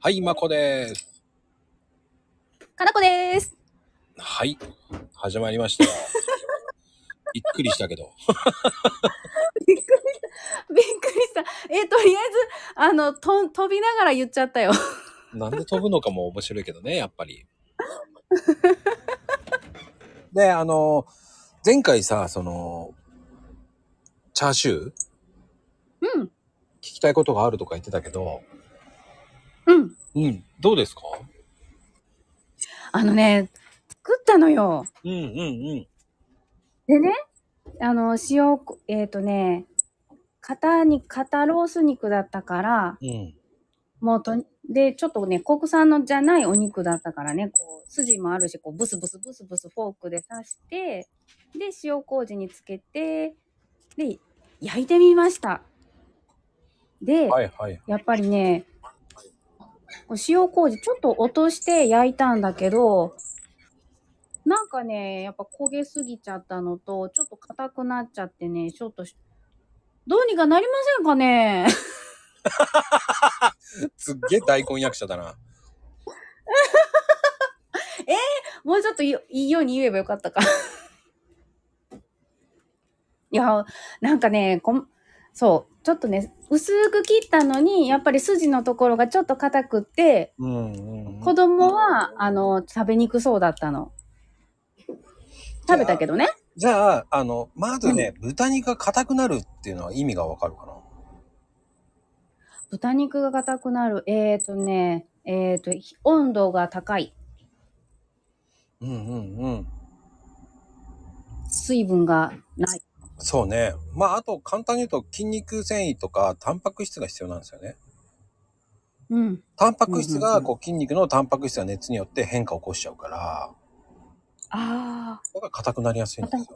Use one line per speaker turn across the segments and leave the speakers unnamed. はい、まこです。
かなこです。
はい、始まり ました。びっくりしたけど。
びっくりした。びっくりした。え、とりあえず、あの、と、飛びながら言っちゃったよ。
なんで飛ぶのかも面白いけどね、やっぱり。で、あの、前回さ、その、チャーシュー聞
うん。
きたいことがあるとか言ってたけど、
うん。
うん、どうですか
あのね、作ったのよ。
うんうんうん。
でね、あの、塩こ、えっ、とね、肩に、肩ロース肉だったから、
うん。
もうと、で、ちょっとね、国産のじゃないお肉だったからね、こう、筋もあるし、こう、ブスブスブスブスフォークで刺して、で、塩麹につけて、で、焼いてみました。で、
はいはい。
やっぱりね、こう塩麹ちょっと落として焼いたんだけど、なんかね、やっぱ焦げすぎちゃったのと、ちょっと硬くなっちゃってね、ちょっとし、どうにかなりませんかね
すっげえ大根役者だな。
もうちょっとよいいように言えばよかったか。 いや、なんかね、こんそう、ちょっとね、薄く切ったのに、やっぱり筋のところがちょっと硬くって、
うんうん、う
子
ん。
供は、あの、食べにくそうだったの。食べたけどね。
じゃあ、あの、まずね、豚肉が硬くなるっていうのは意味がわかるかな
豚肉が硬くなる。えーとね、えーと、ひ温度が高い。
うんうんうん。
水分がない。
そうね。まあ、あと簡単に言うと筋肉繊維とかタンパク質が必要なんですよね。
うん。
タンパク質
うんうんう
が
ん
こう筋肉のタンパク質が熱によって変化を起こしちゃうから、
あ
だから硬くなりやすいんですよ。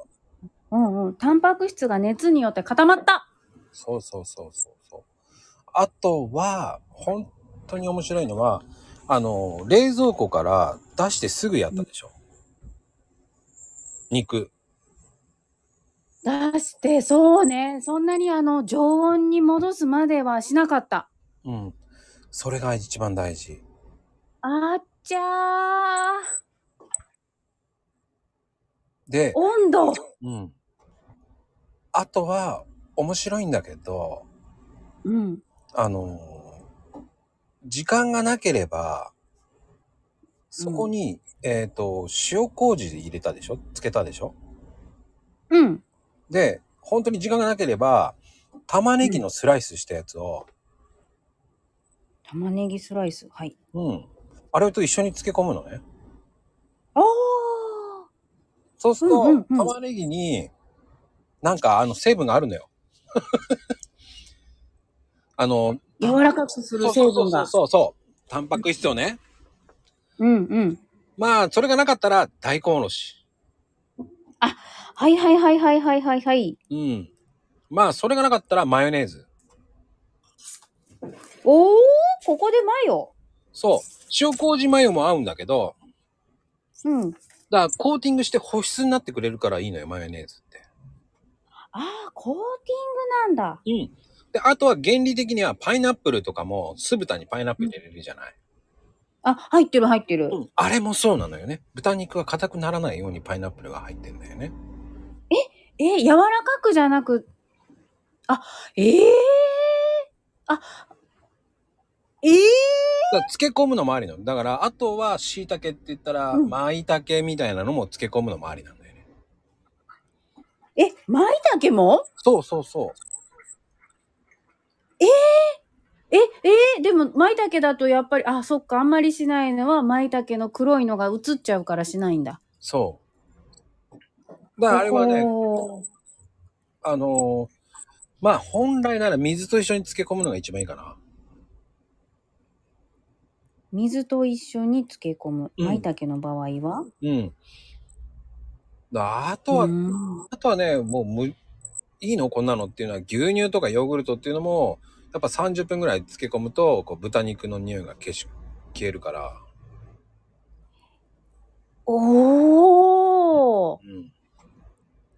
あ。うんうん。タンパク質が熱によって固まった。
そうそうそうそうそう。あとは、本当に面白いのは、あの、冷蔵庫から出してすぐやったでしょ。肉。
出して、そうね。そんなにあの、常温に戻すまではしなかった。
うん。それが一番大事。
あっちゃ
で
ー。、温度。
うん。あとは、面白いんだけど、
うん。
あのー時間がなければ、そこに、えっ、と、塩麹で入れたでしょつけたでしょ
うん。
で、本当に時間がなければ、玉ねぎのスライスしたやつを、
玉ねぎスライス。はい。
うん、あれと一緒に漬け込むのね。
おー。
そうすると、
うんうんうん
玉ねぎに、なんかあの成分があるのよ。 あの、
柔らかくする成分が。
そうそうそうそう。タンパク質をね。
うんうん。
まあ、それがなかったら、大根おろし。
はいはいはいはいはいはいはい。
うん。まあ、それがなかったらマヨネーズ。
おー、ここでマヨ。
そう。塩麹マヨも合うんだけど、
うん。
だからコーティングして保湿になってくれるからいいのよ、マヨネーズって。
ああ、コーティングなんだ。
うん。で、あとは原理的にはパイナップルとかも酢豚にパイナップル入れれるじゃない。
あ、入ってる入ってる。
うん。あれもそうなのよね。豚肉が硬くならないようにパイナップルが入ってんだよね。
え、柔らかくじゃなく、あ、ええー、あ、ええ
だから漬け込むのもありなの。だから、あとは椎茸って言ったら、
うん
舞茸みたいなのも漬け込むのもありなんだよね。
ー、え、舞茸も
そうそうそう。
え、えー、でも舞茸だとやっぱり、あ、そっか、あんまりしないのは舞茸の黒いのが映っちゃうからしないんだ。
そう。だからあれはね、
おー
あのーまあ本来なら水と一緒に漬け込むのが一番いいかな。
水と一緒に漬け込む。
うん
舞茸の場合は、
うん。だあとは、
うん
あとはね、もうむ、いいのこんなのっていうのは牛乳とかヨーグルトっていうのも、やっぱ30分ぐらい漬け込むと、こう豚肉の匂いが消し、消えるから。
おー。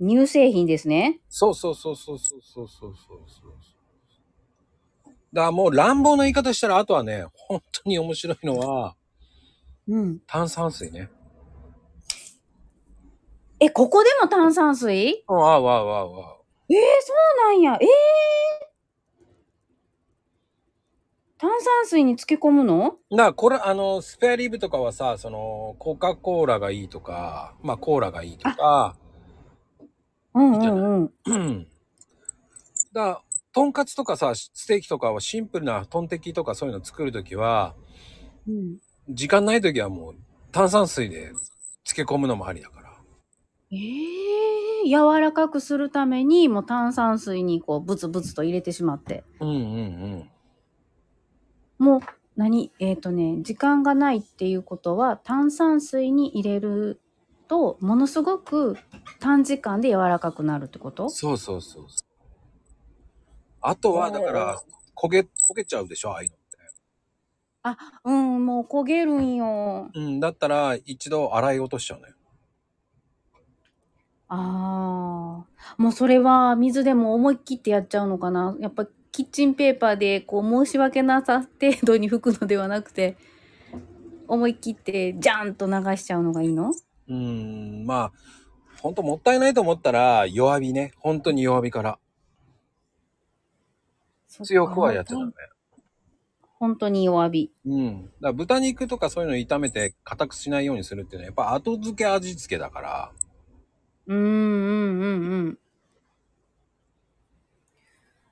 うん。
乳製品ですね。
そうそうそうそうそうそうそうそうそう。だからもう乱暴な言い方したら、あとはね、本当に面白いのは、
うん。
炭酸水ね。
え、ここでも炭酸水
うん、ああ、わあ、わあ、わあ。
えー、そうなんや。えー、炭酸水に漬け込むの
だからこれ、あの、スペアリブとかはさ、その、コカ・コーラがいいとか、まあ、コーラがいいとか、
うんうんうん。
うんだから、とんかつとかさ、ステーキとかはシンプルなトンテキとかそういうの作るときは、
うん、
時間ないときはもう炭酸水で漬け込むのもありだから。
えー、柔らかくするためにもう炭酸水にこうブツブツと入れてしまって。
うんうん
もう何えっ、とね時間がないっていうことは炭酸水に入れるとものすごく短時間で柔らかくなるってこ
う
と
ん。そうそうそうそう。あとは、だから、焦げ、焦げちゃうでしょ、ああいうのって。
うんもう焦げるんよ
うん、だったら、一度洗い落としちゃうのよ。
あーもうそれは水でも思い切ってやっちゃうのかなやっぱキッチンペーパーでこう申し訳なさ程度に拭くのではなくて思い切ってジャーンと流しちゃうのがいいの
うん、まあ、ほんともったいないと思ったら、弱火ね。本当に弱火から。強くはやっちゃダメ。
本当に弱火
うん。だから豚肉とかそういうのを炒めて硬くしないようにするっていうのは、やっぱ後付け味付けだから。
うんうんうんうん。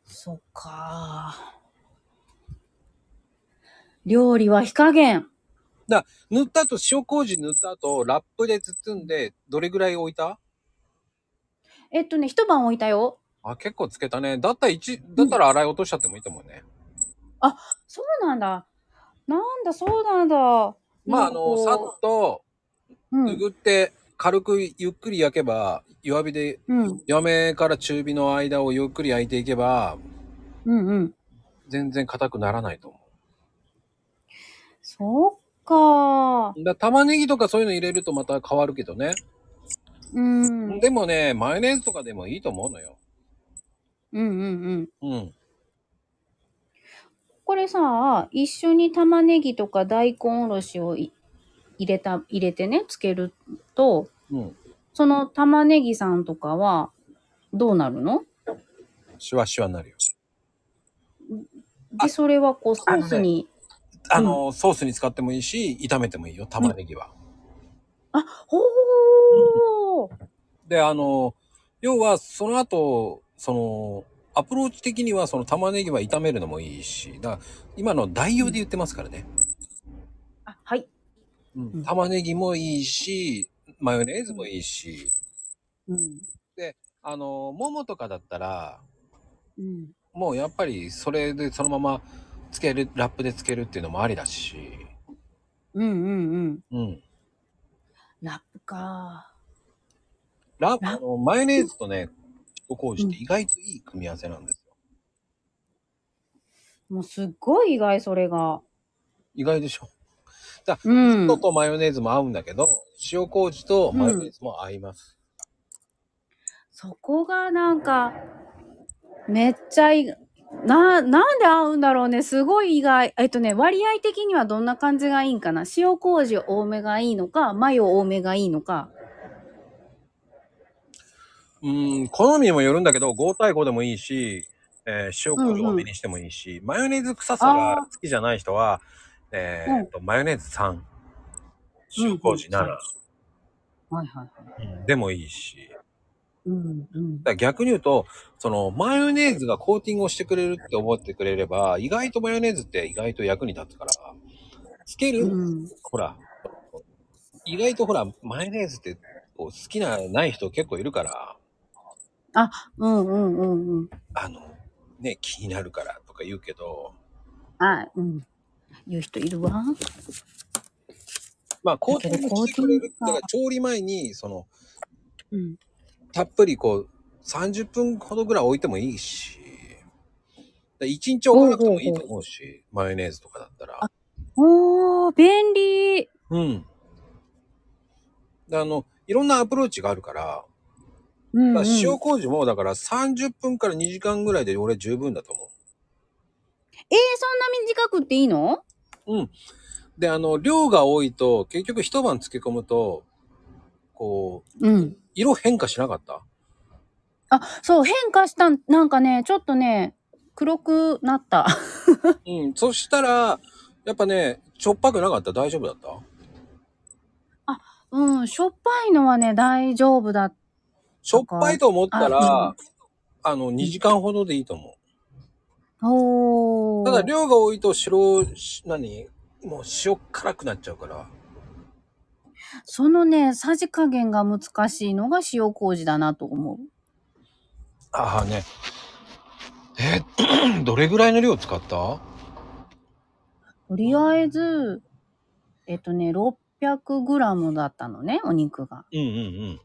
そっか。料理は火加減。
塗った後、塩麹塗った後、ラップで包んで、どれぐらい置いた
えっとね、一晩置いたよ。
あ、結構つけたね。だったら一、だったら洗い落としちゃってもいいと思うね。
そうなんだ。なんだ、そうなんだ。
まあ、
な
あ
んかこ
の、
う
さっと、
う
ぬ
ん、
ぐって、軽くゆっくり焼けば、弱火で、
うん、
弱めから中火の間をゆっくり焼いていけば、
うん、うん。
全然硬くならないと思
そっか。
う。だ玉ねぎとかそういうの入れるとまた変わるけどね。
うん、うん、
でもね、マヨネーズとかでもいいと思うのよ。
うん、うん。
うん。
これさ、一緒に玉ねぎとか大根おろしをい入れた、入れてね、つけると、
うん。
その玉ねぎさんとかはどうなるの
シュワシュワになるよ。あ
で、それはこうソースに。
あの、ソースに使ってもいいし、炒めてもいいよ、玉ねぎは。
あ、ほー
で、あの、要は、その後、その、アプローチ的には、その玉ねぎは炒めるのもいいし、だから今の代用で言ってますからね。
あ、はい。
うん
うん
玉ねぎもいいし、マヨネーズもいいし、
うん。
あの、ももとかだったら、
うん。
もうやっぱり、それでそのまま、つける、ラップでつけるっていうのもありだし、
うんうんう
う
ん。
ん。
ラップか。
ラ
ラ
あのマヨネーズとね、塩麹って意外といい組み合わせなんですよ。
もうすっごい意外、それが。
意外でしょ
うん。
トとマヨネーズも合うんだけど、塩麹とマヨネーズも合います。
そこがなんか、めっちゃいな、なんで合うんだろうね。すごい意外。えっとね、割合的にはどんな感じがいいんかな。塩麹多めがいいのか、マヨ多めがいいのか。
うん、好みにもよるんだけど、5対5でもいいし、えー塩麹多めにしてもいいし、マヨネーズ臭さが好きじゃない人は、えーっと、マヨネーズ3、塩麹7、
はいはいはい。
うんでもいいし。だか
うんうん。
ら逆に言うと、その、マヨネーズがコーティングをしてくれるって思ってくれれば、意外とマヨネーズって意外と役に立つから、つける、
うん
ほら、意外とほら、マヨネーズってこう好きな、ない人結構いるから、
うんうんうんうん。
あの、ね、気になるからとか言うけど、
あ、うん。言う人いるわ。
まあ、コーティングしてくれる。だ
コーティングか
から調理前に、その、
うん。
たっぷりこう、30分ほどぐらい置いてもいいし、1日置かなくてもいいと思うし、マヨネーズとかだったら。
おー、便利。
うん。であの、いろんなアプローチがあるから、
うん、
まあ、
うん
塩麹もだから30分から2時間ぐらいで俺十分だと思う。
えー、そんな短くっていいの
うん。で、あの、量が多いと、結局一晩漬け込むと、こう、
うん。
色変化しなかった
あ、そう、変化したん、なんかね、ちょっとね、黒くなった。
うん。そしたら、やっぱね、しょっぱくなかった大丈夫だった
うん、しょっぱいのはね、大丈夫だ。
しょっぱいと思った
あう
ら
ん、
あの、2時間ほどでいいと思
お
う。
ー。
ただ、量が多いと白、し何もう塩辛くなっちゃうから。
そのね、さじ加減が難しいのが塩麹だなと思う。
ああね。え ーどれぐらいの量使った
とりあえず、えっとね、600グラムだったのね、お肉が。
うんうん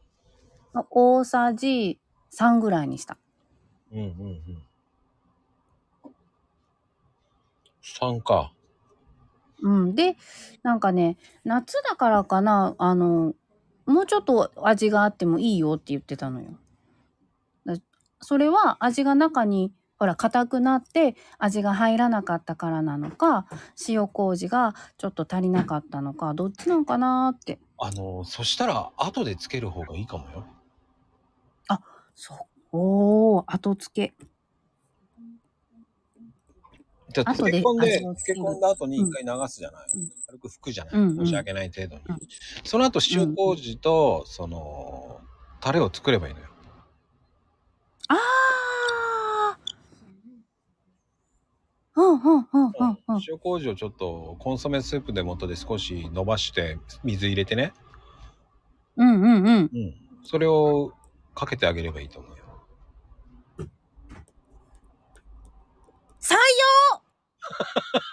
大さじ3ぐらいにした。
うん。うんうんうん。3か。
うん。で、なんかね、夏だからかな、あの、もうちょっと味があってもいいよって言ってたのよ。だそれは味が中に、ほら、硬くなって味が入らなかったからなのか、塩麹がちょっと足りなかったのか、どっちなんかなーって。
あの、そしたら後でつける方がいいかもよ。
そう。おー、後付け。
じゃあ、
後
漬け
で
込んで、
味を
漬
つけ
け
る
込んだ後に一回流すじゃない、
うん
軽く拭くじゃない、
うんうん
申し訳ない程度に。
うん
その後、塩麹と、その、タレを作ればいいのよ。
あーうんうんうんうんうん。
塩麹をちょっとコンソメスープで元で少し伸ばして、水入れてね。
うんうんうん。
うん。それをかけてあげればいいと思うよ。
採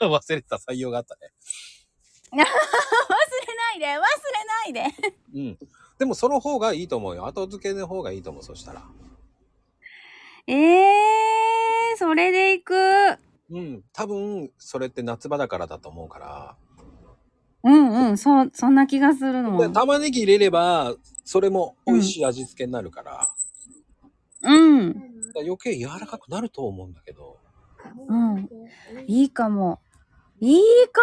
用
忘れてた採用があ ったね。
忘れないで忘れないで
うん。でもその方がいいと思うよ。後付けの方がいいと思う、そしたら。
えー、それでいく。
うん。多分、それって夏場だからだと思うから。
うんうん、そ、そんな気がするの。う
で
ん。
玉ねぎ入れれば、それも美味しい味付けになるから。
うん。
だから余計柔らかくなると思うんだけど。
いいかも。いいか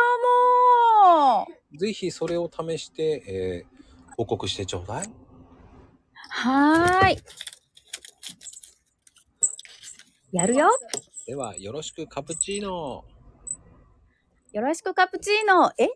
も
ぜひそれを試して、えー報告してちょうだい。
はーい。やるよ。
では、よろしくカプチーノ。
よろしくカプチーノ。え